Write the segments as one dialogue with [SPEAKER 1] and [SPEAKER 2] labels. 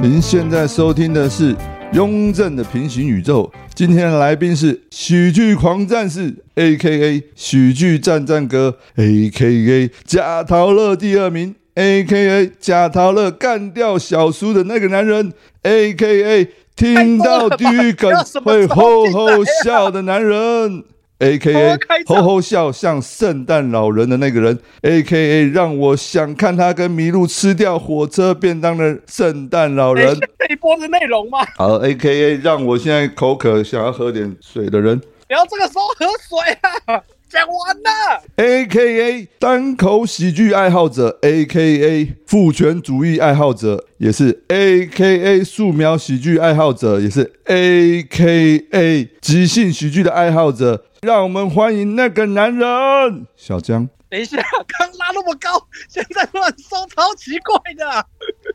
[SPEAKER 1] 您现在收听的是《雍正的平行宇宙》，今天的来宾是喜剧狂战士 （A.K.A. 喜剧战战哥 ），A.K.A. 贾陶乐第二名，A.K.A. 贾陶乐干掉小苏的那个男人，A.K.A. 听到
[SPEAKER 2] 哎
[SPEAKER 1] 地狱梗会吼吼笑的男人。A K
[SPEAKER 2] 啊好
[SPEAKER 1] A
[SPEAKER 2] 好开场啊
[SPEAKER 1] 吼吼笑像圣诞老人的那个人，A K A 让我想看他跟麋鹿吃掉火车便当的圣诞老人，
[SPEAKER 2] 这一波的内容吗？
[SPEAKER 1] 好 A K A 让我现在口渴想要喝点水的人
[SPEAKER 2] 不要这个时候喝水啊！ 讲完了，
[SPEAKER 1] ，A K A 单口喜剧爱好者，A K A 父权主义爱好者，也是 A K A 素描喜剧爱好者，也是 A K A 即兴喜剧的爱好者，让我们欢迎那个男人小江。
[SPEAKER 2] 等一下，刚拉那么高，现在乱收，超奇怪的。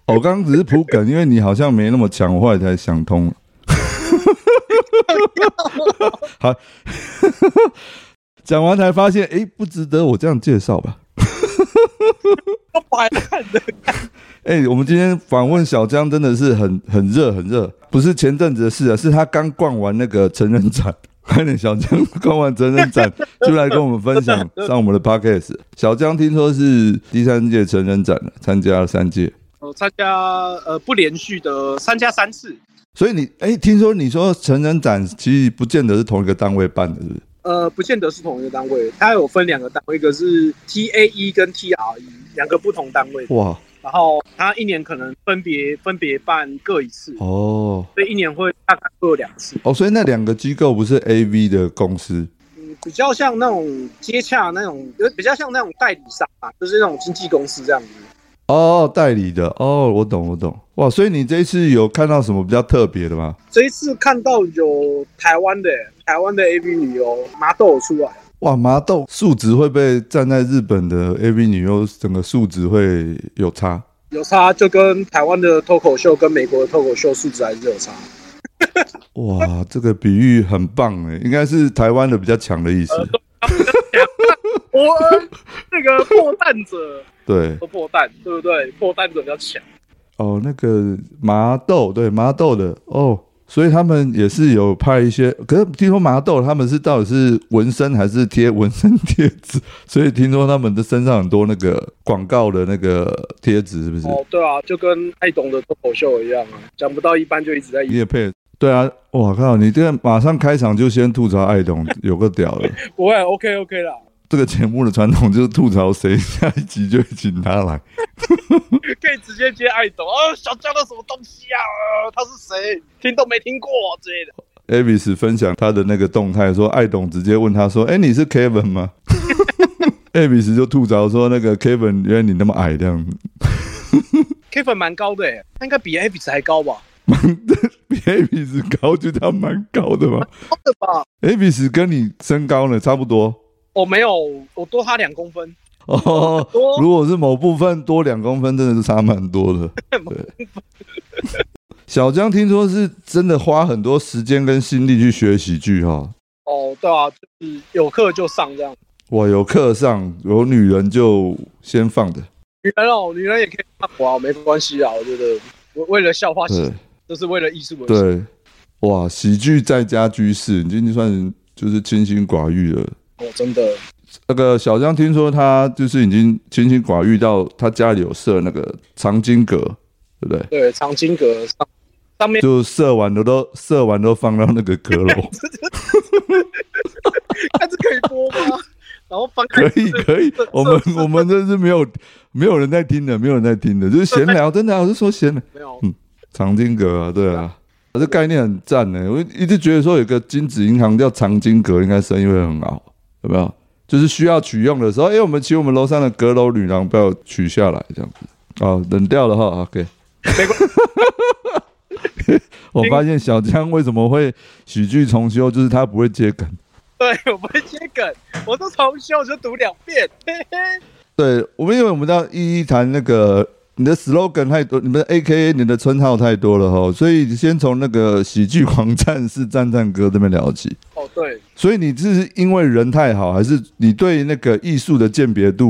[SPEAKER 1] 我哦刚刚只是铺梗，因为你好像没那么强，我后来才想通。好，讲完才发现，哎，不值得我这样介绍吧？
[SPEAKER 2] 都摆烂 的，
[SPEAKER 1] 哎，我们今天访问小江真的是很很热很热，不是前阵子的事啊，是他刚逛完那个成人展。快点，小江逛完成人展就来跟我们分享上我们的 podcast。小江听说是第三届成人展了，参加了三届，
[SPEAKER 2] 我哦参加呃不连续的参加三次，
[SPEAKER 1] 所以你哎，听说你说成人展其实不见得是同一个单位办的，是不是？
[SPEAKER 2] 呃不见得是同一个单位，它有分两个单位，一个是 T A E 跟 T R E 两个不同单位，
[SPEAKER 1] 哇
[SPEAKER 2] 然后它一年可能分别分别办各一次，
[SPEAKER 1] 哦
[SPEAKER 2] 所以一年会大概各两次，
[SPEAKER 1] 哦，所以那两个机构不是 A V 的公司
[SPEAKER 2] 嗯，比较像那种接洽那种，有比较像那种代理商啊，就是那种经纪公司这样子。
[SPEAKER 1] 哦，代理的哦，我懂我懂哇，所以你这一次有看到什么比较特别的吗？
[SPEAKER 2] 这一次看到有台湾的台湾的 AV 女优麻豆有出来，
[SPEAKER 1] 哇，麻豆数值会被站在日本的 A V 女优整个数值会有差，
[SPEAKER 2] 有差就跟台湾的脱口秀跟美国的脱口秀素质还是有差。
[SPEAKER 1] 哇，这个比喻很棒哎，应该是台湾的比较强的意思，
[SPEAKER 2] 我那个破蛋者
[SPEAKER 1] 对
[SPEAKER 2] 都破蛋，对不对？破蛋者比较强。
[SPEAKER 1] 哦，那个麻豆对麻豆的哦。所以他们也是有派一些，可是听说麻豆他们是到底是纹身还是贴纹身贴纸， 所以听说他们的身上很多那个广告的那个贴纸，是不是？
[SPEAKER 2] 哦，对啊，就跟爱懂的脱口秀一样啊，讲不到一半就一直在
[SPEAKER 1] 你也配？对啊，我靠，你这个马上开场就先吐槽爱董，有个屌了。
[SPEAKER 2] 不会，OK OK 啦，
[SPEAKER 1] 这个节目的传统就是吐槽谁，下一集就请他来。
[SPEAKER 2] 可以直接接爱懂啊，小江的什么东西啊？呃他是谁？听都没听过之类的。
[SPEAKER 1] Avis 分享他的那个动态，说艾董直接问他说：“哎、你是 Kevin 吗 ？”Avis 就吐槽说：“那个 Kevin 原来你那么矮，这样子
[SPEAKER 2] K 粉蛮高的、欸，他应该比 A 比还高吧？
[SPEAKER 1] 比 Avis 高，就他蛮高的嘛。
[SPEAKER 2] 高的吧？
[SPEAKER 1] Avis 跟你身高呢差不多
[SPEAKER 2] 我哦没有，我多他两公分，
[SPEAKER 1] 哦
[SPEAKER 2] 多。
[SPEAKER 1] 如果是某部分多两公分，真的是差蛮多 的。对，小江听说是真的花很多时间跟心力去学喜剧哈、哦。
[SPEAKER 2] 哦，对啊，就是有课就上这样。
[SPEAKER 1] 哇，有课上有女人就先放的，
[SPEAKER 2] 女人哦，女人也可以看我啊，没关系啊，我觉得我为了校花，
[SPEAKER 1] 对。”
[SPEAKER 2] 这是为了艺术文
[SPEAKER 1] 对，哇，喜剧在家居士，你今天算就是清心寡欲了。
[SPEAKER 2] 哦，真的
[SPEAKER 1] 那个小江听说他就是已经清心寡欲到他家里有设那个藏经阁，对不对？
[SPEAKER 2] 对长金阁 上上面
[SPEAKER 1] 就设完的都设完都放到那个阁楼，
[SPEAKER 2] 看这可以播吗？ 然后翻开
[SPEAKER 1] 可以可以
[SPEAKER 2] 这，
[SPEAKER 1] 我们我们这是没有没有人在听的，没有人在听的，就是闲聊，真的啊、我是说闲聊。
[SPEAKER 2] 没有
[SPEAKER 1] 嗯藏经阁啊，对啊，这概念很赞呢。我一直觉得说有个金子银行叫藏经阁，应该生意会很好，有没有？就是需要取用的时候，哎、我们请我们楼上的阁楼女郎把我取下来，这样子啊，冷掉了哈，OK。
[SPEAKER 2] 没 关系，
[SPEAKER 1] 我发现小江为什么会喜剧重修，就是他不会接梗。
[SPEAKER 2] 对我不会接梗，我都重修我就读两遍，嘿嘿，
[SPEAKER 1] 对我们，因为我们要一一谈那个你的 slogan 太多，你们 A K A 你的称号太多了哈，所以先从那个喜剧狂战士战战哥这边聊起。
[SPEAKER 2] 哦对。
[SPEAKER 1] 所以你这是因为人太好，还是你对那个艺术的鉴别度？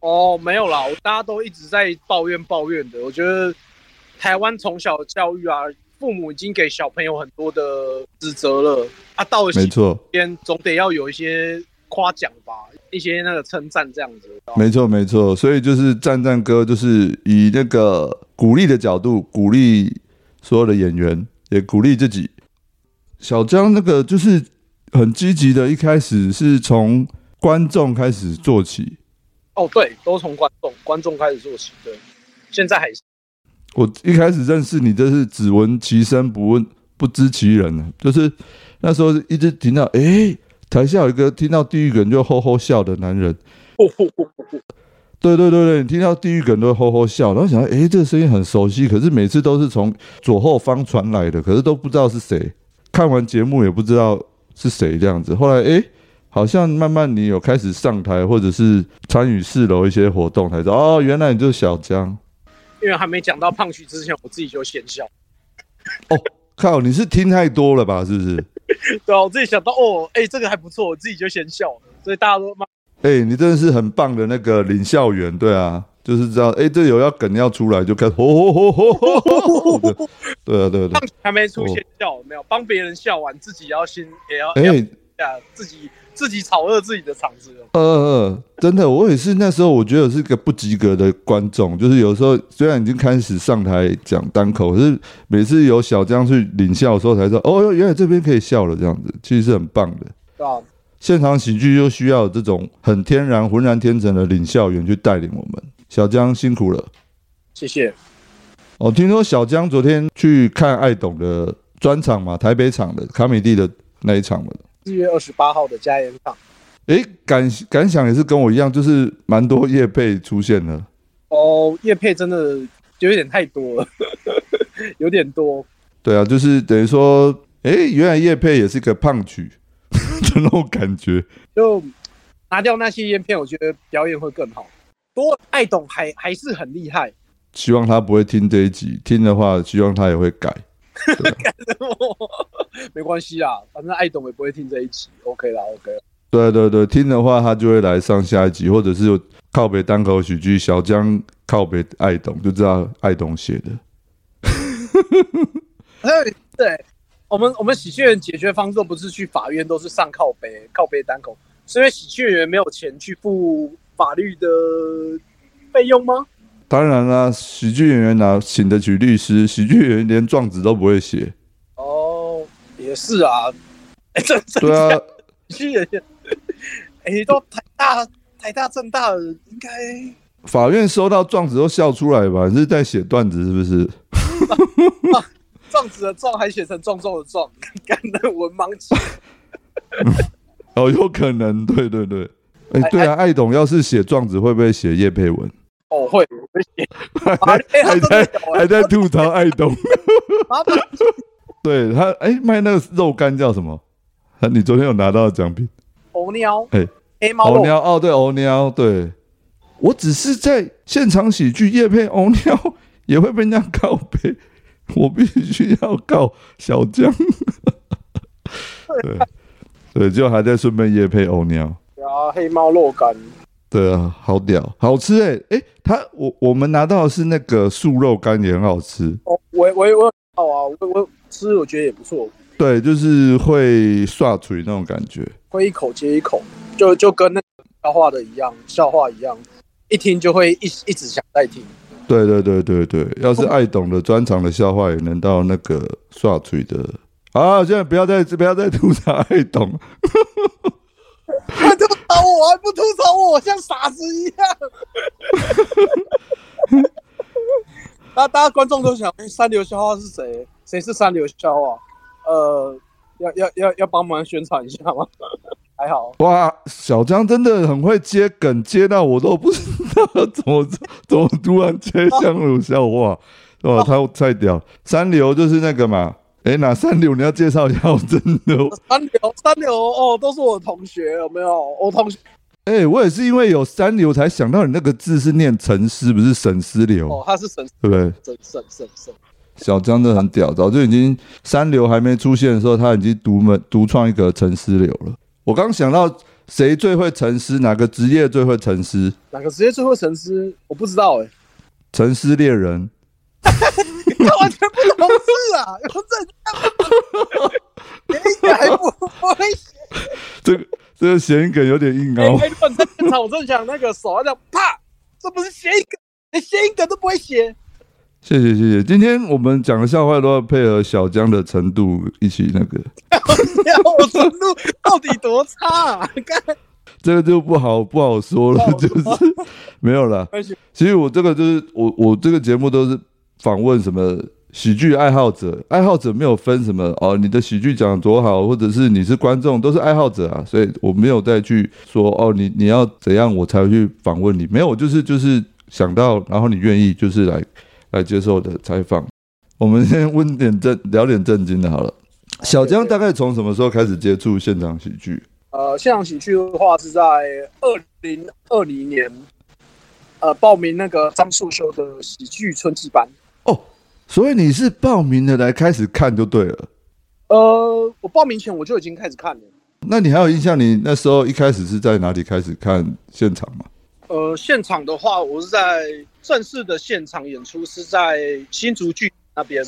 [SPEAKER 2] 哦，没有啦，我大家都一直在抱怨抱怨的，我觉得台湾从小的教育啊，父母已经给小朋友很多的指责了啊，到了
[SPEAKER 1] 没错，
[SPEAKER 2] 边总得要有一些夸奖吧，一些那个称赞这样子。
[SPEAKER 1] 没错，没错。所以就是赞赞哥，就是以那个鼓励的角度，鼓励所有的演员，也鼓励自己。小江那个就是很积极的，一开始是从观众开始做起。
[SPEAKER 2] 哦，对，都从观众观众开始做起，对，现在还是
[SPEAKER 1] 我一开始认识你，就是只闻其声不问不知其人啊，就是那时候一直听到，诶、台下有一个听到地狱梗就吼吼笑的男人，
[SPEAKER 2] 呼呼呼呼呼
[SPEAKER 1] 对对对对，你听到地狱梗都会吼吼笑，然后想到，诶，这个声音很熟悉，可是每次都是从左后方传来的，可是都不知道是谁。看完节目也不知道是谁这样子。后来，诶，好像慢慢你有开始上台，或者是参与四楼一些活动，才知道哦，原来你就是小江。
[SPEAKER 2] 因为还没讲到胖曲之前，我自己就先笑。
[SPEAKER 1] 哦靠，你是听太多了吧？是不是？
[SPEAKER 2] 对啊，我自己想到哦，哎、这个还不错，我自己就先笑了，所以大家都 骂
[SPEAKER 1] 诶，哎你真的是很棒的那个领校员，对啊，就是知道，诶，这有要梗要出来就开始吼吼吼吼吼吼吼的，对啊，对啊，对啊
[SPEAKER 2] 胖，曲还没出先笑，没有帮别人笑完，自己要先也要
[SPEAKER 1] 诶。
[SPEAKER 2] 要下自己自己炒热自己的场子了。
[SPEAKER 1] 呃呃，真的，我也是那时候，我觉得我是个不及格的观众，就是有时候虽然已经开始上台讲单口，可是每次有小江去领笑的时候，才知道哦，原来这边可以笑了，这样子其实是很棒的。
[SPEAKER 2] 对吧？
[SPEAKER 1] 现场喜剧就需要有这种很天然、浑然天成的领笑员去带领我们。小江辛苦了
[SPEAKER 2] 谢谢。
[SPEAKER 1] 哦！听说小江昨天去看爱董的专场嘛，台北场的卡米蒂的那一场嘛，
[SPEAKER 2] 四月二十八号的加演场。
[SPEAKER 1] 诶，感感想也是跟我一样，就是蛮多业配出现了。
[SPEAKER 2] 哦，叶配真的有点太多了， 有点多。
[SPEAKER 1] 对啊，就是等于说，诶，原来叶佩也是个胖曲 的那种感觉。
[SPEAKER 2] 就拿掉那些烟片，我觉得表演会更好。不过爱董还还是很厉害，
[SPEAKER 1] 希望他不会听这一集，听的话，希望他也会改。
[SPEAKER 2] 没关系啦，反正爱董也不会听这一集，OK 啦，OK 啦。
[SPEAKER 1] 对啊对对，听的话他就会来上下一集，或者是靠北单口喜剧小江靠北爱董，就知道爱董写的。
[SPEAKER 2] 对对，我们我们喜剧人解决方式不是去法院，都是上靠背靠背单口，是因为喜剧人没有钱去付法律的费用吗？
[SPEAKER 1] 当然啦、喜剧演员哪请得起律师？喜剧演员连状子都不会 写。
[SPEAKER 2] 哦，也是啊， 哎、这这
[SPEAKER 1] 对啊，
[SPEAKER 2] 喜剧人， 哎、都台大台大正大的应该
[SPEAKER 1] 法院收到状子都笑出来吧？你是在写段子是不是？
[SPEAKER 2] 壮子的壮还写成壮壮的壮， 干的文盲起。
[SPEAKER 1] 哦，有可能，对对对，哎、
[SPEAKER 2] 哎
[SPEAKER 1] 对啊，爱董要是写状子，会不会写叶佩文？
[SPEAKER 2] 哦，会，我会 写，
[SPEAKER 1] 还
[SPEAKER 2] 哎他
[SPEAKER 1] 还
[SPEAKER 2] 真
[SPEAKER 1] 在
[SPEAKER 2] 的有哎
[SPEAKER 1] 还在吐槽爱董，
[SPEAKER 2] 麻烦
[SPEAKER 1] 对他，哎、卖那个肉干叫什么？啊你昨天有拿到奖品？
[SPEAKER 2] 欧喵，
[SPEAKER 1] 哎
[SPEAKER 2] 黑猫
[SPEAKER 1] 欧
[SPEAKER 2] 肉，
[SPEAKER 1] 喵哦，对，欧喵，对，我只是在现场喜剧叶佩欧喵也会被人家告背，我必须要告小江，对对，就还在顺便叶佩欧喵。
[SPEAKER 2] 对啊，黑猫肉干，
[SPEAKER 1] 对啊，好屌，好吃哎、欸、哎、他我我们拿到的是那个素肉干也很好吃，
[SPEAKER 2] 哦，我我我有看到啊，我我吃我觉得也不错，
[SPEAKER 1] 对，就是会刷嘴那种感觉。
[SPEAKER 2] 会一口接一口，就就跟那个笑话的一样，笑话一样，一听就会一一直想再听。
[SPEAKER 1] 对对对对对，要是爱懂的专场的笑话也能到那个刷嘴的啊！现在不要再不要再吐槽爱懂，
[SPEAKER 2] 还吐槽我，还不吐槽我，像傻子一样。 那大家观众都想，哎三流笑话是谁？谁是三流笑话？呃，要要要要帮忙宣传一下吗？ 还好，
[SPEAKER 1] 哇，小张真的很会接梗，接到我都不知道怎么怎么突然接香炉笑话，哇，他太屌！三流就是那个嘛，哎，哪三流你要介绍一下？我真的
[SPEAKER 2] 三流三流哦，都是我同学，有没有？我同学
[SPEAKER 1] 哎、我也是因为有三流才想到你那个字是念陈思，不是沈思流，
[SPEAKER 2] 哦，他是神
[SPEAKER 1] 对不对？
[SPEAKER 2] 神神神神，
[SPEAKER 1] 小张真的很屌，早就已经三流还没出现的时候，他已经独门独创一个陈思流了。我刚想到谁最会沉思，哪个职业最会沉思？
[SPEAKER 2] 欸哪个职业最会神师？我不知道哎、
[SPEAKER 1] 沉思猎人，
[SPEAKER 2] 他完全不懂事啊！有这样，哎，还不不会写，
[SPEAKER 1] 这个这个谐音梗有点硬
[SPEAKER 2] 哎
[SPEAKER 1] 哦，
[SPEAKER 2] 哎，如果你在现场，我真的想那个手要这样啪，这不是谐音梗，连谐音梗都不会写。
[SPEAKER 1] 谢谢谢谢，今天我们讲的笑话都要配合小江的程度一起那个，
[SPEAKER 2] 然后我程度到底多差、啊？干
[SPEAKER 1] 这个就不好不好说了，就是没有了。
[SPEAKER 2] 哦 而且
[SPEAKER 1] 其实我这个就是我我这个节目都是访问什么喜剧爱好者，爱好者没有分什么哦，你的喜剧讲得多好，或者是你是观众，都是爱好者啊，所以我没有再去说哦，你你要怎样我才会去访问你，没有，我就是就是想到，然后你愿意就是来来接受我的采访。我们先问点正，聊点正经的好了。小江大概从什么时候开始接触现场喜剧？
[SPEAKER 2] 呃，现场喜剧的话是在二零二零年，呃，报名那个张素修的喜剧春季班。
[SPEAKER 1] 哦，所以你是报名的来开始看就对了。
[SPEAKER 2] 呃，我报名前我就已经开始看了。
[SPEAKER 1] 那你还有印象？你那时候一开始是在哪里开始看现场吗？
[SPEAKER 2] 呃，现场的话，我是在正式的现场演出是在新竹剧那边。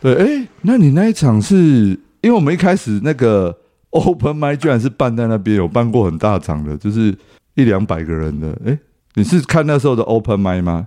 [SPEAKER 1] 对，哎、那你那一场是因为我们一开始那个 open m i 居然是办在那边，有办过很大场的，就是一两百个人的。哎、你是看那时候的 open m i 吗？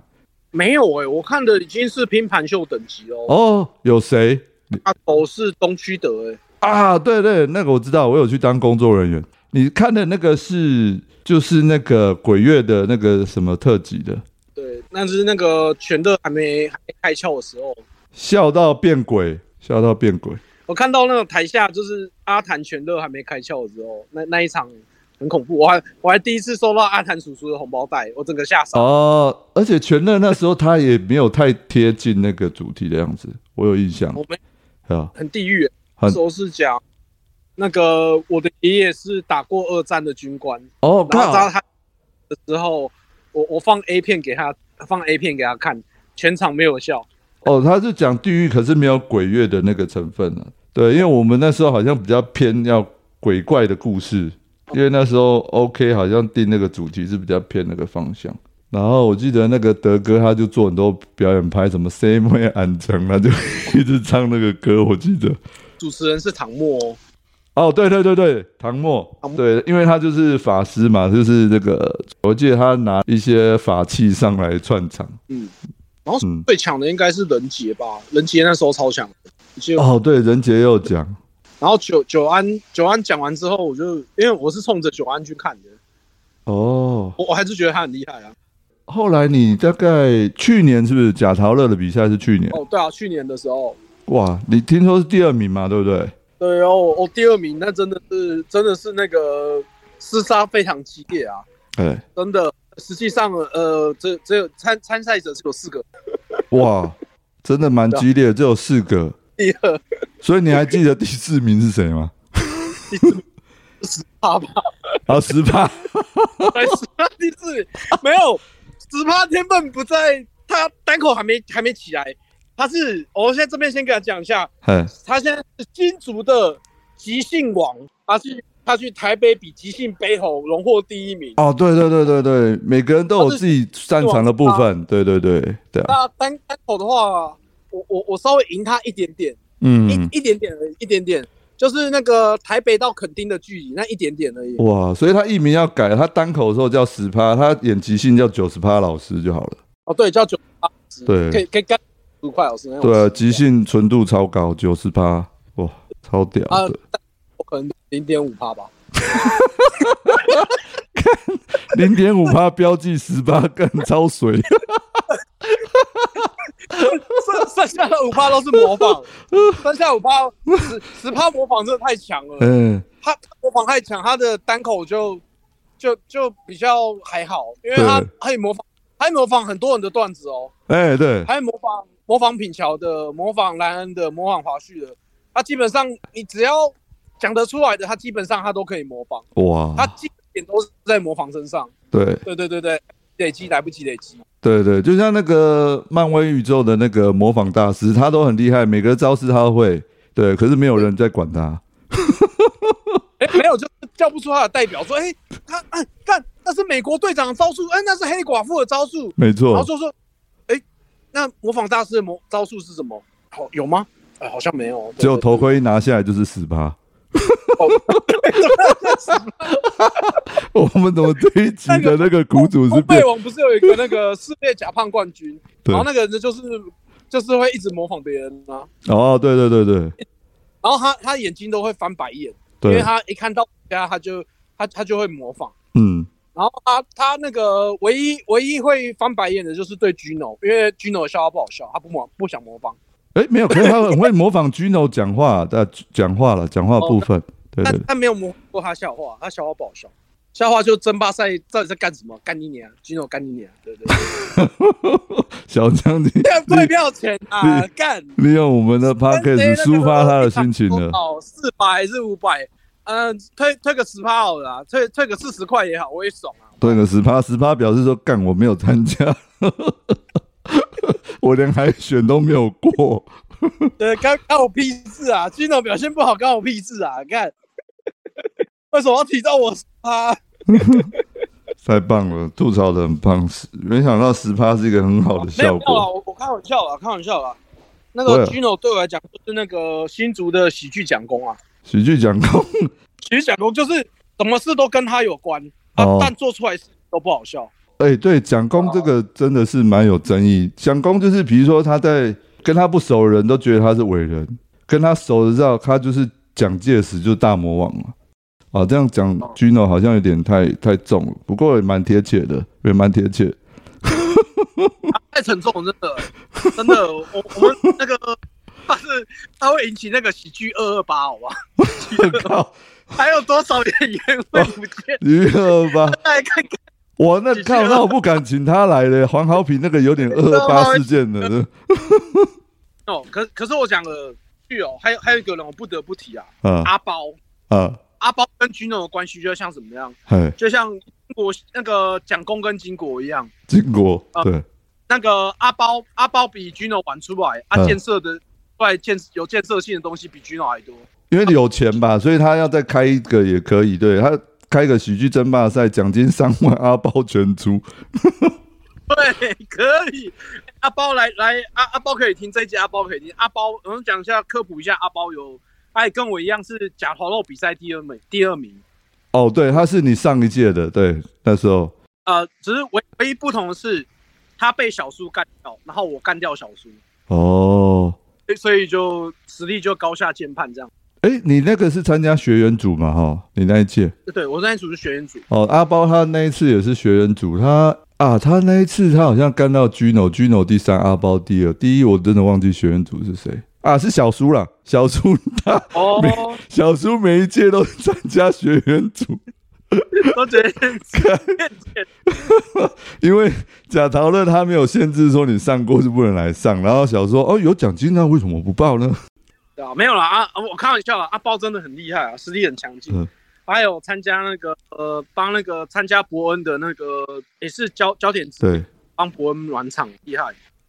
[SPEAKER 2] 没有哎、我看的已经是拼盘秀等级哦。
[SPEAKER 1] 哦，有谁
[SPEAKER 2] 阿狗是东区德哎、
[SPEAKER 1] 啊？对对，那个我知道，我有去当工作人员。你看的那个是就是那个鬼月的那个什么特辑的，
[SPEAKER 2] 对，那是那个全乐还没还没开窍的时候，
[SPEAKER 1] 笑到变鬼，笑到变鬼。
[SPEAKER 2] 我看到那个台下就是阿谭全乐还没开窍的时候，那那一场很恐怖，我还我还第一次收到阿谭叔叔的红包袋，我整个吓傻。
[SPEAKER 1] 哦，而且全乐那时候他也没有太贴近那个主题的样子，我有印象
[SPEAKER 2] 我们
[SPEAKER 1] 啊。
[SPEAKER 2] 很地狱欸，
[SPEAKER 1] 很
[SPEAKER 2] 那时候是讲那个我的爷爷是打过二战的军官，
[SPEAKER 1] 哦，
[SPEAKER 2] 然
[SPEAKER 1] 靠
[SPEAKER 2] 后扎他的时候，我我放 A 片给他，放 A 片给他看，全场没有笑。
[SPEAKER 1] 哦，他是讲地狱，可是没有鬼月的那个成分啊。对，因为我们那时候好像比较偏要鬼怪的故事，因为那时候 OK 好像定那个主题是比较偏那个方向。然后我记得那个德哥他就做很多表演拍，什么 Same Way 安城，他就 一直唱那个歌，我记得。
[SPEAKER 2] 主持人是唐默、哦，
[SPEAKER 1] 哦，对对对对，唐默
[SPEAKER 2] 唐，默
[SPEAKER 1] 对，因为他就是法师嘛，就是那个，我记得他拿一些法器上来串场。
[SPEAKER 2] 然后
[SPEAKER 1] 嗯
[SPEAKER 2] 最强的应该是任杰吧，任杰那时候超强的，就、
[SPEAKER 1] 哦，对，任杰又讲，
[SPEAKER 2] 然后九九安九安讲完之后，我就因为我是冲着九安去看的，
[SPEAKER 1] 哦，
[SPEAKER 2] 我我还是觉得他很厉害啊。
[SPEAKER 1] 后来你大概去年是不是贾陶乐的比赛是去年？
[SPEAKER 2] 哦，对啊，去年的时候，
[SPEAKER 1] 哇，你听说是第二名嘛，对不对？
[SPEAKER 2] 对哦，我、第二名，那真的是真的是那个厮杀非常激烈啊，
[SPEAKER 1] 哎，
[SPEAKER 2] 真的。实际上，呃，只只有参参赛者只有四个，
[SPEAKER 1] 哇，真的蛮激烈的，只有四个，
[SPEAKER 2] 第二
[SPEAKER 1] 所以你还记得第四名是谁吗？
[SPEAKER 2] 十趴吧，
[SPEAKER 1] 啊，十八，
[SPEAKER 2] 还十趴第四名，没有十趴天分不在，他单口还没还没起来，他是我现在这边先给他讲一下，
[SPEAKER 1] 哎，
[SPEAKER 2] 他现在是新竹的即兴王，他去他去台北比即兴北吼荣获第一名。
[SPEAKER 1] 哦，对对对对对，每个人都有自己擅长的部分，对对对，对啊，
[SPEAKER 2] 那单单口的话，我我我稍微赢他一点点，
[SPEAKER 1] 嗯，
[SPEAKER 2] 一一点点而已，一点点，就是那个台北到垦丁的距离，那一点点而已。
[SPEAKER 1] 哇，所以他艺名要改，他单口的时候叫十趴，他演即兴叫九十趴老师就好了。
[SPEAKER 2] 哦，对，叫九八十，
[SPEAKER 1] 对
[SPEAKER 2] 可以可以干五块小时那种。
[SPEAKER 1] 对啊，即兴纯度超高，九十趴，哇，超屌
[SPEAKER 2] 啊
[SPEAKER 1] 的，
[SPEAKER 2] 我可能零点五趴吧。
[SPEAKER 1] 零点五趴标记十八，更超水。
[SPEAKER 2] 剩剩下的五趴都是 模仿，剩下五趴十十趴模仿真的太强了。
[SPEAKER 1] 嗯，
[SPEAKER 2] 他他模仿太强，他的单口就就就比较还好，因为
[SPEAKER 1] 对
[SPEAKER 2] 他他也模仿，他也模仿很多人的段子哦，
[SPEAKER 1] 哎、对，
[SPEAKER 2] 还模仿模仿品桥的，模仿莱恩的，模仿华旭的，他基本上你只要讲得出来的，他基本上他都可以模仿，他
[SPEAKER 1] 哇，
[SPEAKER 2] 基本点都是在模仿身上。
[SPEAKER 1] 对
[SPEAKER 2] 对对对对，累积来不及累积。
[SPEAKER 1] 对对，就像那个漫威宇宙的那个模仿大师，他都很厉害，每个招式他都会，对，可是没有人在管他。
[SPEAKER 2] 哎，没有，就是叫不出他的代表，说，哎，他哎干，那是美国队长的招数，哎，那是黑寡妇的招数，
[SPEAKER 1] 没
[SPEAKER 2] 然
[SPEAKER 1] 错，
[SPEAKER 2] 后就说，哎，那模仿大师的模招数是什么？好有吗？哎，好像没有，
[SPEAKER 1] 只有
[SPEAKER 2] 对
[SPEAKER 1] 头盔一拿下来就是十八。我们怎么这一集的那个
[SPEAKER 2] 哦对
[SPEAKER 1] 谷主是
[SPEAKER 2] 烘焙
[SPEAKER 1] 变？
[SPEAKER 2] 王不是有一个那 个世界甲胖冠军，
[SPEAKER 1] 对
[SPEAKER 2] 然后那个人就是就是会一直模仿别人啊，
[SPEAKER 1] 哦，对对对对
[SPEAKER 2] 然后他他眼睛都会翻白眼，因为
[SPEAKER 1] 对，
[SPEAKER 2] 他一看到人家他就他他就会模仿。
[SPEAKER 1] 嗯，
[SPEAKER 2] 然后他他那个唯一唯一会翻白眼的就是对 Gino，因为 Gino 的笑话不好笑，他不模不想模仿。
[SPEAKER 1] 哎，没有，可是他很会模仿 Gino 讲话，但讲话了，讲话部分，对对
[SPEAKER 2] 但但没有模仿过他笑话，他笑话不好笑，笑话就争霸赛到底在干什么？干你娘，Gino 干你娘，对 对对，
[SPEAKER 1] 对，小江你
[SPEAKER 2] 这样退票钱啊，
[SPEAKER 1] 你
[SPEAKER 2] 干！
[SPEAKER 1] 利用我们的
[SPEAKER 2] 跟谁
[SPEAKER 1] podcast
[SPEAKER 2] 那个
[SPEAKER 1] 抒发他的心情了。
[SPEAKER 2] 哦，四百还是五百？嗯，退退个十趴好了啊，退退个四十块也好，我也爽啊。
[SPEAKER 1] 对个十趴，十趴表示说干我没有参加， 我连海选都没有过。
[SPEAKER 2] 对，干干我屁事啊！Gino 表现不好，干我屁事啊！干，为什么要提到我啊？
[SPEAKER 1] 太棒了，吐槽的很棒，十没想到十趴是一个很好的
[SPEAKER 2] 没
[SPEAKER 1] 效
[SPEAKER 2] 有没有啊，
[SPEAKER 1] 果。
[SPEAKER 2] 我我开玩笑啦，开玩笑啦。那
[SPEAKER 1] 对
[SPEAKER 2] 个
[SPEAKER 1] 啊
[SPEAKER 2] Gino 对我来讲就是那个新竹的喜剧讲功啊，
[SPEAKER 1] 喜剧讲功，
[SPEAKER 2] 喜剧讲功就是什么事都跟他有关，啊，
[SPEAKER 1] 哦
[SPEAKER 2] 但做出来都不好笑。
[SPEAKER 1] 哎、对，讲功这个真的是蛮有争议。讲功就是，比如说他在跟他不熟的人都觉得他是伟人，跟他熟的知道他就是蒋介石，就是大魔王嘛。啊，这样讲 Gino 好像有点太太重了，不过也蛮贴切的，也蛮贴切。
[SPEAKER 2] 太沉重，真的，真的，我我们那个他是他会引起那个喜剧二二八，好吧？
[SPEAKER 1] 我 靠，
[SPEAKER 2] 还有多少演员
[SPEAKER 1] 哦
[SPEAKER 2] 会不见？
[SPEAKER 1] 娱乐吧。
[SPEAKER 2] 来看看，
[SPEAKER 1] 我那靠，那我不敢请他来 了。黄豪平那个有点二二八事件的
[SPEAKER 2] 哦，可可是我讲了剧哦，还有还有一个人我不得不提啊，
[SPEAKER 1] 啊
[SPEAKER 2] 阿包，
[SPEAKER 1] 啊，
[SPEAKER 2] 阿包跟 Gino 的关系就像怎么样？
[SPEAKER 1] 哎，
[SPEAKER 2] 就像我那个蒋公跟金国一样，
[SPEAKER 1] 金国对，
[SPEAKER 2] 那个阿包阿包比 Gino 晚出来，啊
[SPEAKER 1] 嗯
[SPEAKER 2] 建设的出来建有建设性的东西比 Gino 还多。
[SPEAKER 1] 因为有钱吧，所以他要再开一个也可以。对他开个喜剧争霸赛，奖金三万，阿包全出。
[SPEAKER 2] 对，可以。阿包来来，阿阿包可以听这一集，阿包可以听。阿包，我们讲一下科普一下，阿包有，他也跟我一样是假头肉比赛第二名，第二名。
[SPEAKER 1] 哦，对，他是你上一届的，对，那时候
[SPEAKER 2] 呃，只是唯唯一不同的是，他被小苏干掉，然后我干掉小苏，
[SPEAKER 1] 哦，
[SPEAKER 2] 所以所以就实力就高下见判这样。
[SPEAKER 1] 哎，你那个是参加学员组嘛？哈，你那一届
[SPEAKER 2] 对，我那一组是学员组，
[SPEAKER 1] 哦，阿包他那一次也是学员组，他啊，他那一次他好像干到 Gino，Gino 第三，阿包第二，第一我真的忘记学员组是谁啊，是小苏啦，小苏他
[SPEAKER 2] 哦，
[SPEAKER 1] 小苏每一届都参加学员组，
[SPEAKER 2] 都觉得
[SPEAKER 1] 因为贾陶乐他没有限制说你上过就不能来上，然后小苏说哦有奖金那为什么不报呢？
[SPEAKER 2] 对啊，没有啦，啊，我开玩笑啦，阿包真的很厉害啊，实力很强劲。
[SPEAKER 1] 嗯
[SPEAKER 2] 还有参加那个呃，帮那个参加伯恩的那个也是焦焦点，
[SPEAKER 1] 对，
[SPEAKER 2] 帮伯恩暖场，厉害。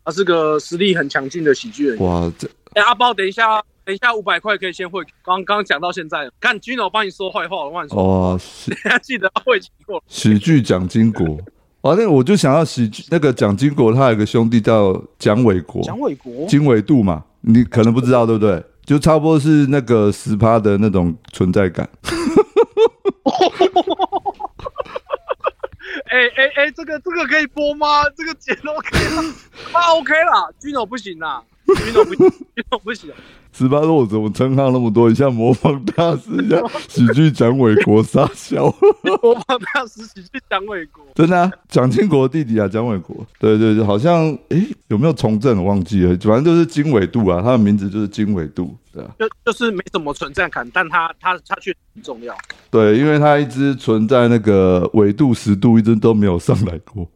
[SPEAKER 2] 他是个实力很强劲的喜剧人。
[SPEAKER 1] 哇这
[SPEAKER 2] 哎、阿包，等一下，等一下，五百块可以先汇。刚刚讲到现在，看 Gino 帮你说坏话，我乱说，
[SPEAKER 1] 哇喜
[SPEAKER 2] 大家 记得要汇钱过来。
[SPEAKER 1] 喜剧蒋经 国，啊那我就想要喜剧那个蒋经国他有个兄弟叫蒋纬国，
[SPEAKER 2] 蒋纬国，
[SPEAKER 1] 经纬度嘛，你可能不知道，对不对？就差不多是那个十趴的那种存在感。
[SPEAKER 2] 哎哎哎，这个这个可以播吗？这个节目 OK 啦， 啊 OK 啦，Gino 不行啦，Gino 不行，Gino 不行。
[SPEAKER 1] 十趴说我怎么称号那么多？一下模仿大师，一下喜剧讲伟国傻笑，
[SPEAKER 2] 我把他实习去蒋纬国，
[SPEAKER 1] 真的、啊。蒋经国弟弟啊，蒋纬国，对对对，好像诶有没有从政我忘记了，反正就是经纬度啊，他的名字就是经纬度，对啊，
[SPEAKER 2] 就就是没什么存在感，但他他他却很重要。
[SPEAKER 1] 对，因为他一直存在那个纬度十度，一直都没有上来过。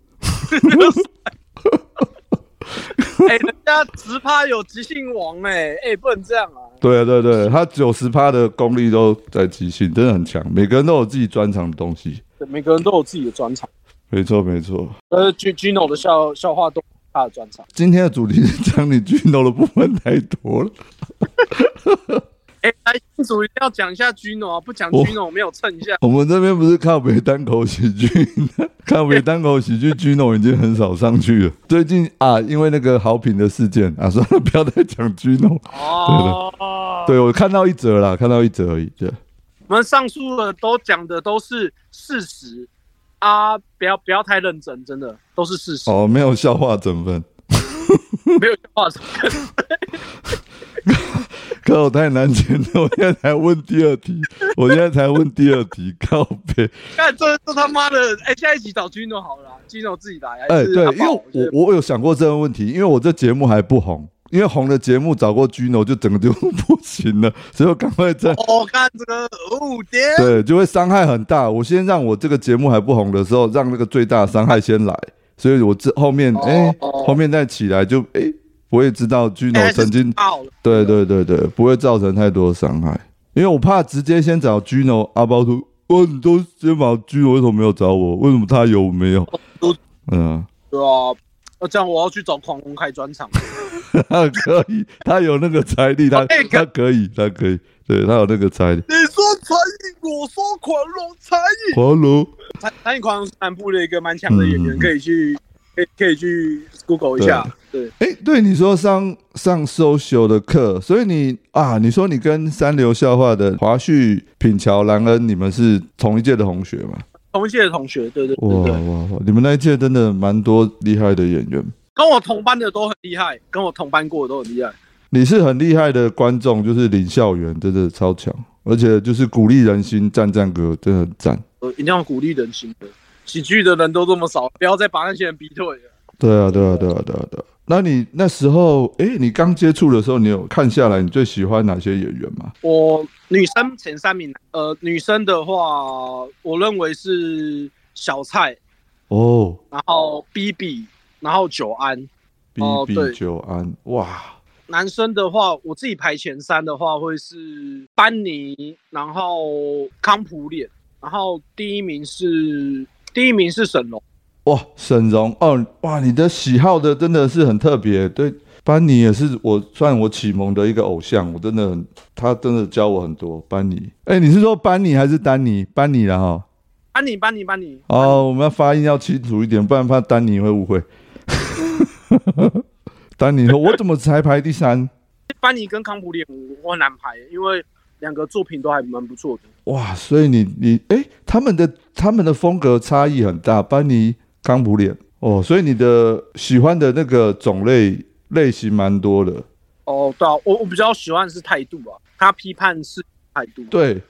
[SPEAKER 2] 哎、人家直趴有即兴王哎、哎、不能这样啊！
[SPEAKER 1] 对啊对对，他九十趴的功力都在即兴，真的很强。每个人都有自己专长的东西。
[SPEAKER 2] 每个人都有自己的专场，
[SPEAKER 1] 没错没错，
[SPEAKER 2] 呃，G Gino 的笑笑话都是他的专场。
[SPEAKER 1] 今天的主题是讲你 Gino 的部分太多了。
[SPEAKER 2] 哎，来新竹一定要讲一下 Gino 啊，不讲
[SPEAKER 1] 我
[SPEAKER 2] Gino 我没有 蹭一下。
[SPEAKER 1] 我们这边不是靠北单口喜剧， 靠北单口喜剧 Gino 已经很少上去了。最近啊，因为那个好品的事件啊，算了，不要再讲 Gino。
[SPEAKER 2] 哦，
[SPEAKER 1] 对我看到一则啦，看到一则而已。对，
[SPEAKER 2] 我们上述的都讲的都是事实啊，不要不要太认真，真的都是事实，
[SPEAKER 1] 哦，没有笑话成分，
[SPEAKER 2] 没有话说。
[SPEAKER 1] 靠，太难剪了。我现在才问第二题，我现在才问第二题， 靠北。
[SPEAKER 2] 看这这他妈的，哎，下一集找 Gino 好了啦，Gino 自己来。啊还
[SPEAKER 1] 哎、
[SPEAKER 2] 是
[SPEAKER 1] 对
[SPEAKER 2] 阿，
[SPEAKER 1] 因为
[SPEAKER 2] 豹
[SPEAKER 1] 我我我有想过这个问题，因为我这节目还不红，因为红的节目找过 Gino 就整个就不行了，所以我赶快在
[SPEAKER 2] 我看这个哦， 点
[SPEAKER 1] 对，就会伤害很大。我先让我这个节目还不红的时候，让那个最大的伤害先来，所以我这后面哎、
[SPEAKER 2] 哦哎
[SPEAKER 1] 后面再起来就哎、我也知道 Gino 曾经、
[SPEAKER 2] 好了，
[SPEAKER 1] 对对对对，不会造成太多的伤害，因为我怕直接先找 Gino 阿包图，哦，你都先把 Gino 为什么没有找我？为什么他有我没有？嗯，
[SPEAKER 2] 对啊，那这样我要去找狂龙开专场。
[SPEAKER 1] 他可以，他有那个财力，他
[SPEAKER 2] 哎可
[SPEAKER 1] 他可以，他可以，对他有那个财力。
[SPEAKER 2] 你说才艺，我说狂龙才艺。
[SPEAKER 1] 华罗，
[SPEAKER 2] 才才艺狂龙是南部的一个蛮强的演员，
[SPEAKER 1] 嗯
[SPEAKER 2] 可以去可以可以去 Google 一下。对，
[SPEAKER 1] 哎、对你说上上 social 的课，所以你啊，你说你跟三流笑话的华旭、品乔、兰恩，你们是同一届的同学嘛？
[SPEAKER 2] 同一届的同学，对对
[SPEAKER 1] 哇
[SPEAKER 2] 对对，
[SPEAKER 1] 哇哇！你们那一届真的蛮多厉害的演员。
[SPEAKER 2] 跟我同班的都很厉害，跟我同班过的都很厉害。
[SPEAKER 1] 你是很厉害的观众，就是领校园，真的超强，而且就是鼓励人心，赞赞歌，真的很赞。
[SPEAKER 2] 呃，一定要鼓励人心的，喜剧的人都这么少，不要再把那些人逼退了。
[SPEAKER 1] 对啊，对啊，对啊，对啊，对啊。那你那时候，哎，你刚接触的时候，你有看下来你最喜欢哪些演员吗？
[SPEAKER 2] 我女生前三名，呃，女生的话，我认为是小蔡，
[SPEAKER 1] 哦
[SPEAKER 2] 然后 B B，然后久安。
[SPEAKER 1] ，B
[SPEAKER 2] 哦
[SPEAKER 1] B
[SPEAKER 2] 对
[SPEAKER 1] 九安，哇，
[SPEAKER 2] 男生的话，我自己排前三的话会是班尼，然后康普脸，然后第一名是第一名是沈龙，
[SPEAKER 1] 哇，沈荣哦，哇，你的喜好的真的是很特别。对，班尼也是我算我启蒙的一个偶像，我真的很，他真的教我很多。班尼，哎，你是说班尼还是丹尼？班尼啦哈。
[SPEAKER 2] 班尼班尼班尼，
[SPEAKER 1] 哦，我们要发音要清楚一点，不然怕丹尼会误会。 丹尼说：“我怎么才排第三？
[SPEAKER 2] 班尼跟康普脸我我很难排，因为两个作品都还蛮不错的。
[SPEAKER 1] 哇！所以你你哎、他们的他们的风格差异很大。班尼康普脸哦，所以你的喜欢的那个种类类型蛮多的。
[SPEAKER 2] 哦，对啊，我我比较喜欢的是态度啊，他批判是态度，
[SPEAKER 1] 对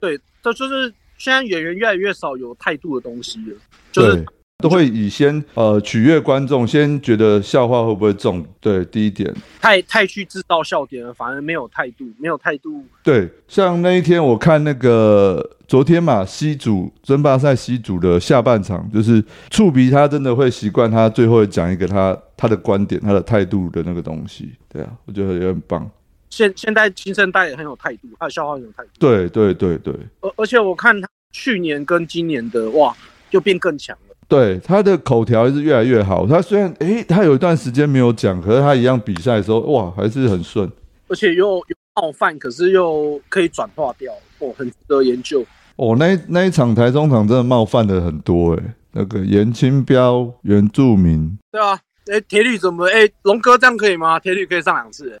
[SPEAKER 2] 对，这就是现在演员越来越少有态度的东西了，就是
[SPEAKER 1] 对，都会以先呃取悦观众，先觉得笑话会不会中，对第一点。
[SPEAKER 2] 太太去制造笑点了，反而没有态度，没有态度
[SPEAKER 1] 对，像那一天我看那个昨天嘛，西组争霸赛西组的下半场，就是触鼻他真的会习惯他最后讲一个他他的观点、他的态度的那个东西。对啊，我觉得也很棒。
[SPEAKER 2] 现现在新生代也很有态度，他的笑话很有态度，
[SPEAKER 1] 对对对对
[SPEAKER 2] 而而且我看他去年跟今年的哇，又变更强了。
[SPEAKER 1] 对，他的口条是越来越好。他虽然诶，他有一段时间没有讲，可是他一样比赛的时候，哇，还是很顺。
[SPEAKER 2] 而且又有冒犯，可是又可以转化掉，哦，很值得研究。
[SPEAKER 1] 哦，那一那一场台中场真的冒犯了很多诶、那个严清标、原住民，
[SPEAKER 2] 对啊，哎、铁律怎么？哎、龙哥这样可以吗？铁律可以上两次、哎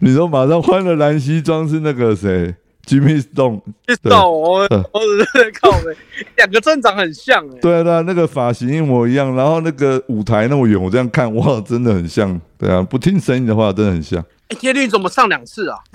[SPEAKER 1] 你说马上换了蓝西装是那个谁，Jimmy Stone，
[SPEAKER 2] 知道我
[SPEAKER 1] 对嗯
[SPEAKER 2] 我只是靠哎，两个镇长很像哎、
[SPEAKER 1] 对啊对啊，那个发型一模一样，然后那个舞台那么远，我这样看，哇，真的很像，对啊，不听声音的话，真的很像。
[SPEAKER 2] 哎、铁律怎么上两次啊？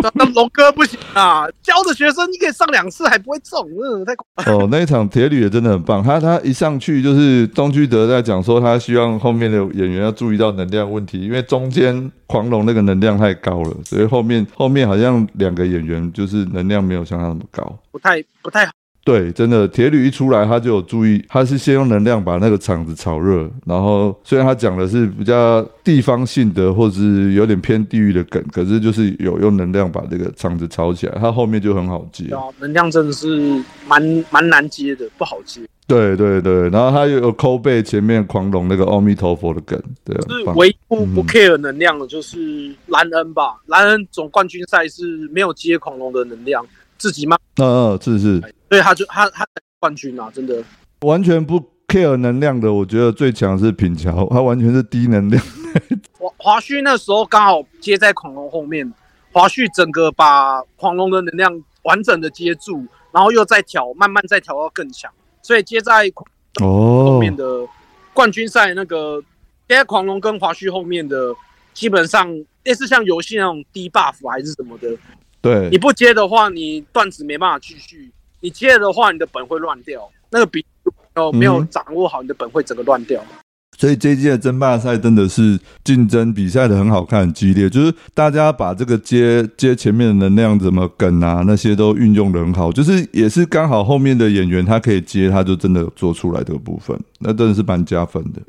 [SPEAKER 2] 那那龙哥不行啊，教的学生你可以上两次还不会中，嗯，太
[SPEAKER 1] 哦，那一场铁旅也真的很棒，他他一上去就是东居德在讲说，他希望后面的演员要注意到能量问题，因为中间狂龙那个能量太高了，所以后面后面好像两个演员就是能量没有像他那么高。
[SPEAKER 2] 不太不太好。
[SPEAKER 1] 对，真的铁铝一出来，他就有注意，他是先用能量把那个场子炒热，然后虽然他讲的是比较地方性的，或者是有点偏地域的梗，可是就是有用能量把这个场子炒起来，他后面就很好接
[SPEAKER 2] 对。啊，能量真的是蛮蛮难接的，不好接，
[SPEAKER 1] 对对对，然后他又有抠背前面狂龙那个阿弥陀佛的梗，对，
[SPEAKER 2] 是
[SPEAKER 1] 很棒嗯
[SPEAKER 2] 唯一不不 care 能量的就是兰恩吧，兰恩总冠军赛是没有接恐龙的能量，自己慢，
[SPEAKER 1] 嗯嗯，是是，
[SPEAKER 2] 所以他就他他冠军啊，真的
[SPEAKER 1] 完全不 care 能量的，我觉得最强是品乔，他完全是低能量。
[SPEAKER 2] 华华旭那时候刚好接在恐龙后面，华旭整个把恐龙的能量完整的接住，然后又再调，慢慢再调到更强，所以接在恐 龙
[SPEAKER 1] 哦
[SPEAKER 2] 后面的冠军赛那个接在狂龙跟华旭后面的，基本上类似像游戏那种低 buff 还是什么的，
[SPEAKER 1] 对
[SPEAKER 2] 你，不接的话，你段子没办法继续；你接的话，你的本会乱掉。那个比哦没有
[SPEAKER 1] 嗯
[SPEAKER 2] 掌握好，你的本会整个乱掉。
[SPEAKER 1] 所以这一届的争霸赛真的是竞争比赛的很好看、很激烈，就是大家把这个接接前面的能量怎么梗啊那些都运用的很好，就是也是刚好后面的演员他可以接，他就真的有做出来这个部分，那真的是蛮加分的。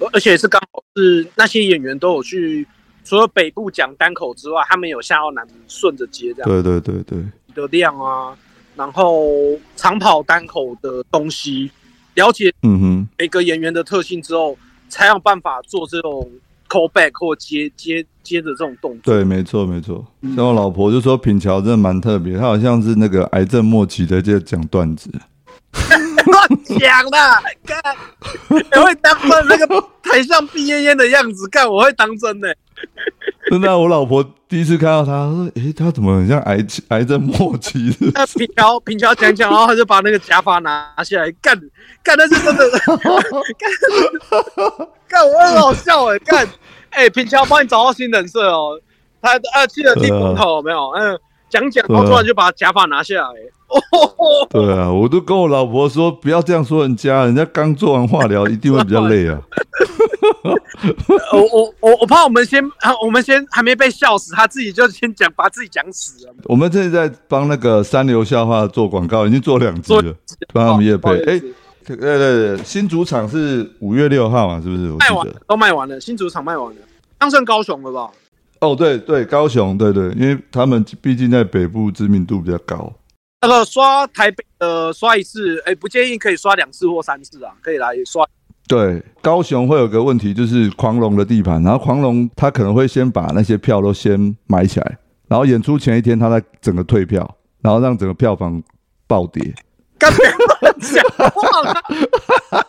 [SPEAKER 2] 而而且是刚好是那些演员都有去，除了北部讲单口之外，他们有下到南部顺着接这样
[SPEAKER 1] 对对对对，
[SPEAKER 2] 的量啊，然后长跑单口的东西，了解
[SPEAKER 1] 嗯哼，
[SPEAKER 2] 每个演员的特性之后，才有办法做这种 callback 或接接接着这种动作。
[SPEAKER 1] 对，没错没错。像我老婆就说品乔真的蛮特别，她好像是那个癌症末期的就讲段子。
[SPEAKER 2] 乱讲啦！ 干，你会当真那个台上毕业烟的样子，干我会当真的、
[SPEAKER 1] 真的啊、我老婆第一次看到他，她说：“诶、他怎么很像癌癌症末期的？”
[SPEAKER 2] 那平桥平桥讲讲，然后他就把那个假发拿下来，干干，那是真的， 干干，我很好笑哎、干哎、平桥帮你找到新人设哦，他啊记得剃光头有没有？嗯，讲讲，然后突然就把假发拿下来、哦吼吼
[SPEAKER 1] 对啊，我都跟我老婆说不要这样说人家，人家刚做完化疗一定会比较累啊。
[SPEAKER 2] 我我我我怕我们先啊，我们先还没被笑死，他自己就先讲把自己讲死了。
[SPEAKER 1] 我们这在帮那个三流笑话做广告，已经做两集了，帮他们业配。哎、对对对，新主场是五月六号嘛，是不是？我
[SPEAKER 2] 卖完
[SPEAKER 1] 记
[SPEAKER 2] 了
[SPEAKER 1] 得。，
[SPEAKER 2] 都卖完了，新主场卖完了，刚剩高雄了吧？
[SPEAKER 1] 哦，对对，高雄，对对，因为他们毕竟在北部知名度比较高。
[SPEAKER 2] 那个刷台北的刷一次，哎、不建议可以刷两次或三次啊，可以来刷。
[SPEAKER 1] 对，高雄会有个问题，就是狂龙的地盘，然后狂龙他可能会先把那些票都先买起来，然后演出前一天他再整个退票，然后让整个票房暴跌。
[SPEAKER 2] 干不要乱讲话了，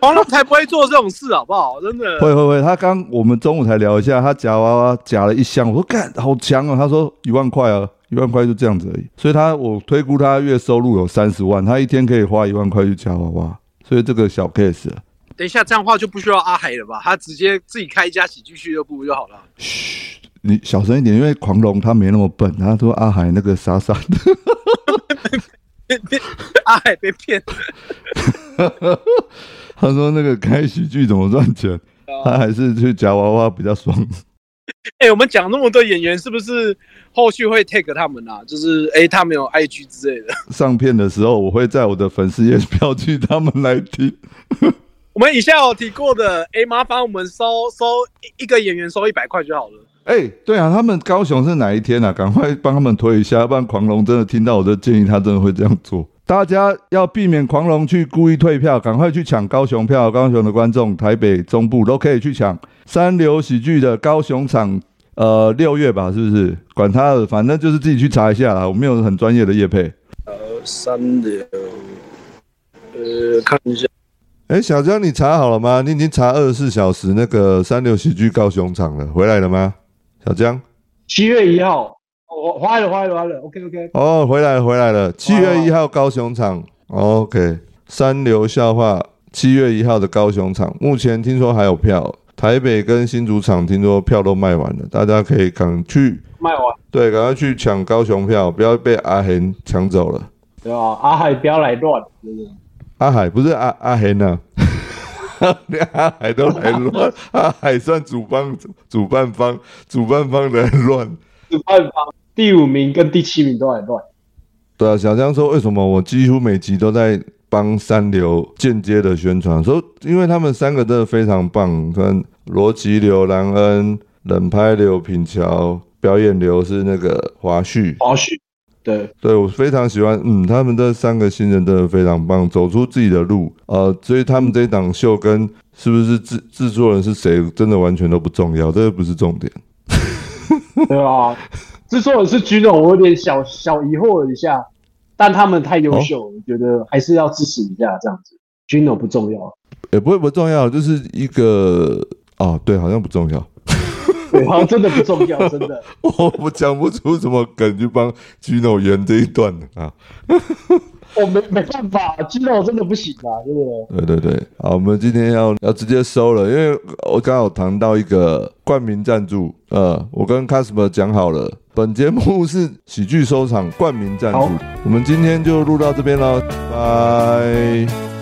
[SPEAKER 2] 黄龙才不会做这种事，好不好？真的，
[SPEAKER 1] 会会会，他刚我们中午才聊一下，他夹娃娃夹了一箱，我说干好强哦，他说一万块啊，一万块就这样子而已，所以他我推估他月收入有三十万，他一天可以花一万块去夹娃娃，所以这个小 case 啊
[SPEAKER 2] 等一下这样的话就不需要阿海了吧？他直接自己开一家喜剧俱乐部就好了。
[SPEAKER 1] 嘘，你小声一点，因为狂龙他没那么笨，他说阿海那个傻傻的，
[SPEAKER 2] 阿海被骗，
[SPEAKER 1] 他说那个开喜剧怎么赚钱，他还是去夹娃娃比较爽。
[SPEAKER 2] 哎、我们讲那么多演员，是不是后续会 take 他们啊？就是哎、他们有 IG 之类的。
[SPEAKER 1] 上片的时候，我会在我的粉丝页标记他们来听。
[SPEAKER 2] 我们以下有提过的，哎、麻烦我们收收一一个演员收一百块就好了。
[SPEAKER 1] 哎、对啊，他们高雄是哪一天啊？赶快帮他们推一下，不然狂龙真的听到我的建议，他真的会这样做。大家要避免狂龙去故意退票，赶快去抢高雄票。高雄的观众，台北中部都可以去抢。三流喜剧的高雄场，呃，六月吧，是不是？管他的，反正就是自己去查一下啦。我没有很专业的业配。
[SPEAKER 2] 呃，三流，呃，看一下，
[SPEAKER 1] 哎，小江，你查好了吗？你已经查二十四小时那个三流喜剧高雄场了，回来了吗？小江，
[SPEAKER 3] 七月一号，我我花了花了花了，OK OK，
[SPEAKER 1] 哦，回来了，回来了，七月一号高雄场、o k 三流笑话，七月一号的高雄场，目前听说还有票，台北跟新竹场听说票都卖完了，大家可以赶去，
[SPEAKER 3] 卖完
[SPEAKER 1] 对，赶快去抢高雄票，不要被阿恒抢走了。
[SPEAKER 3] 对吧？阿海不要来乱，真的
[SPEAKER 1] 阿海不是阿阿恒啊， 连阿海都来乱，阿海算主办主办方主办方来乱。
[SPEAKER 3] 主办方第五名跟第七名都来乱，
[SPEAKER 1] 对啊，小江说为什么我几乎每集都在帮三流间接的宣传，说因为他们三个真的非常棒，跟逻辑流兰恩、冷拍流品乔、表演流是那个华旭，
[SPEAKER 2] 华旭，对，
[SPEAKER 1] 对我非常喜欢，嗯，他们这三个新人真的非常棒，走出自己的路，呃，所以他们这一档秀跟是不是制制作人是谁，真的完全都不重要，这个不是重点。
[SPEAKER 2] 对吧？之所以是 Gino，我有点小小疑惑了一下，但他们太优秀了，我觉得还是要支持一下这样子。Gino 不重要，
[SPEAKER 1] 也不会不重要，就是一个哦，对，好像不重要，
[SPEAKER 2] 对，好像真的不重要，真的。
[SPEAKER 1] 我我讲不出什么梗去帮 Gino 圆这一段啊。
[SPEAKER 2] 我没没办法，Gino 真的不行啊，真的。
[SPEAKER 1] 对对对，好，我们今天要要直接收了，因为我刚好谈到一个冠名赞助，呃，我跟 Casper 讲好了，本节目是喜剧收场冠名赞助
[SPEAKER 2] 好，
[SPEAKER 1] 我们今天就录到这边了，拜。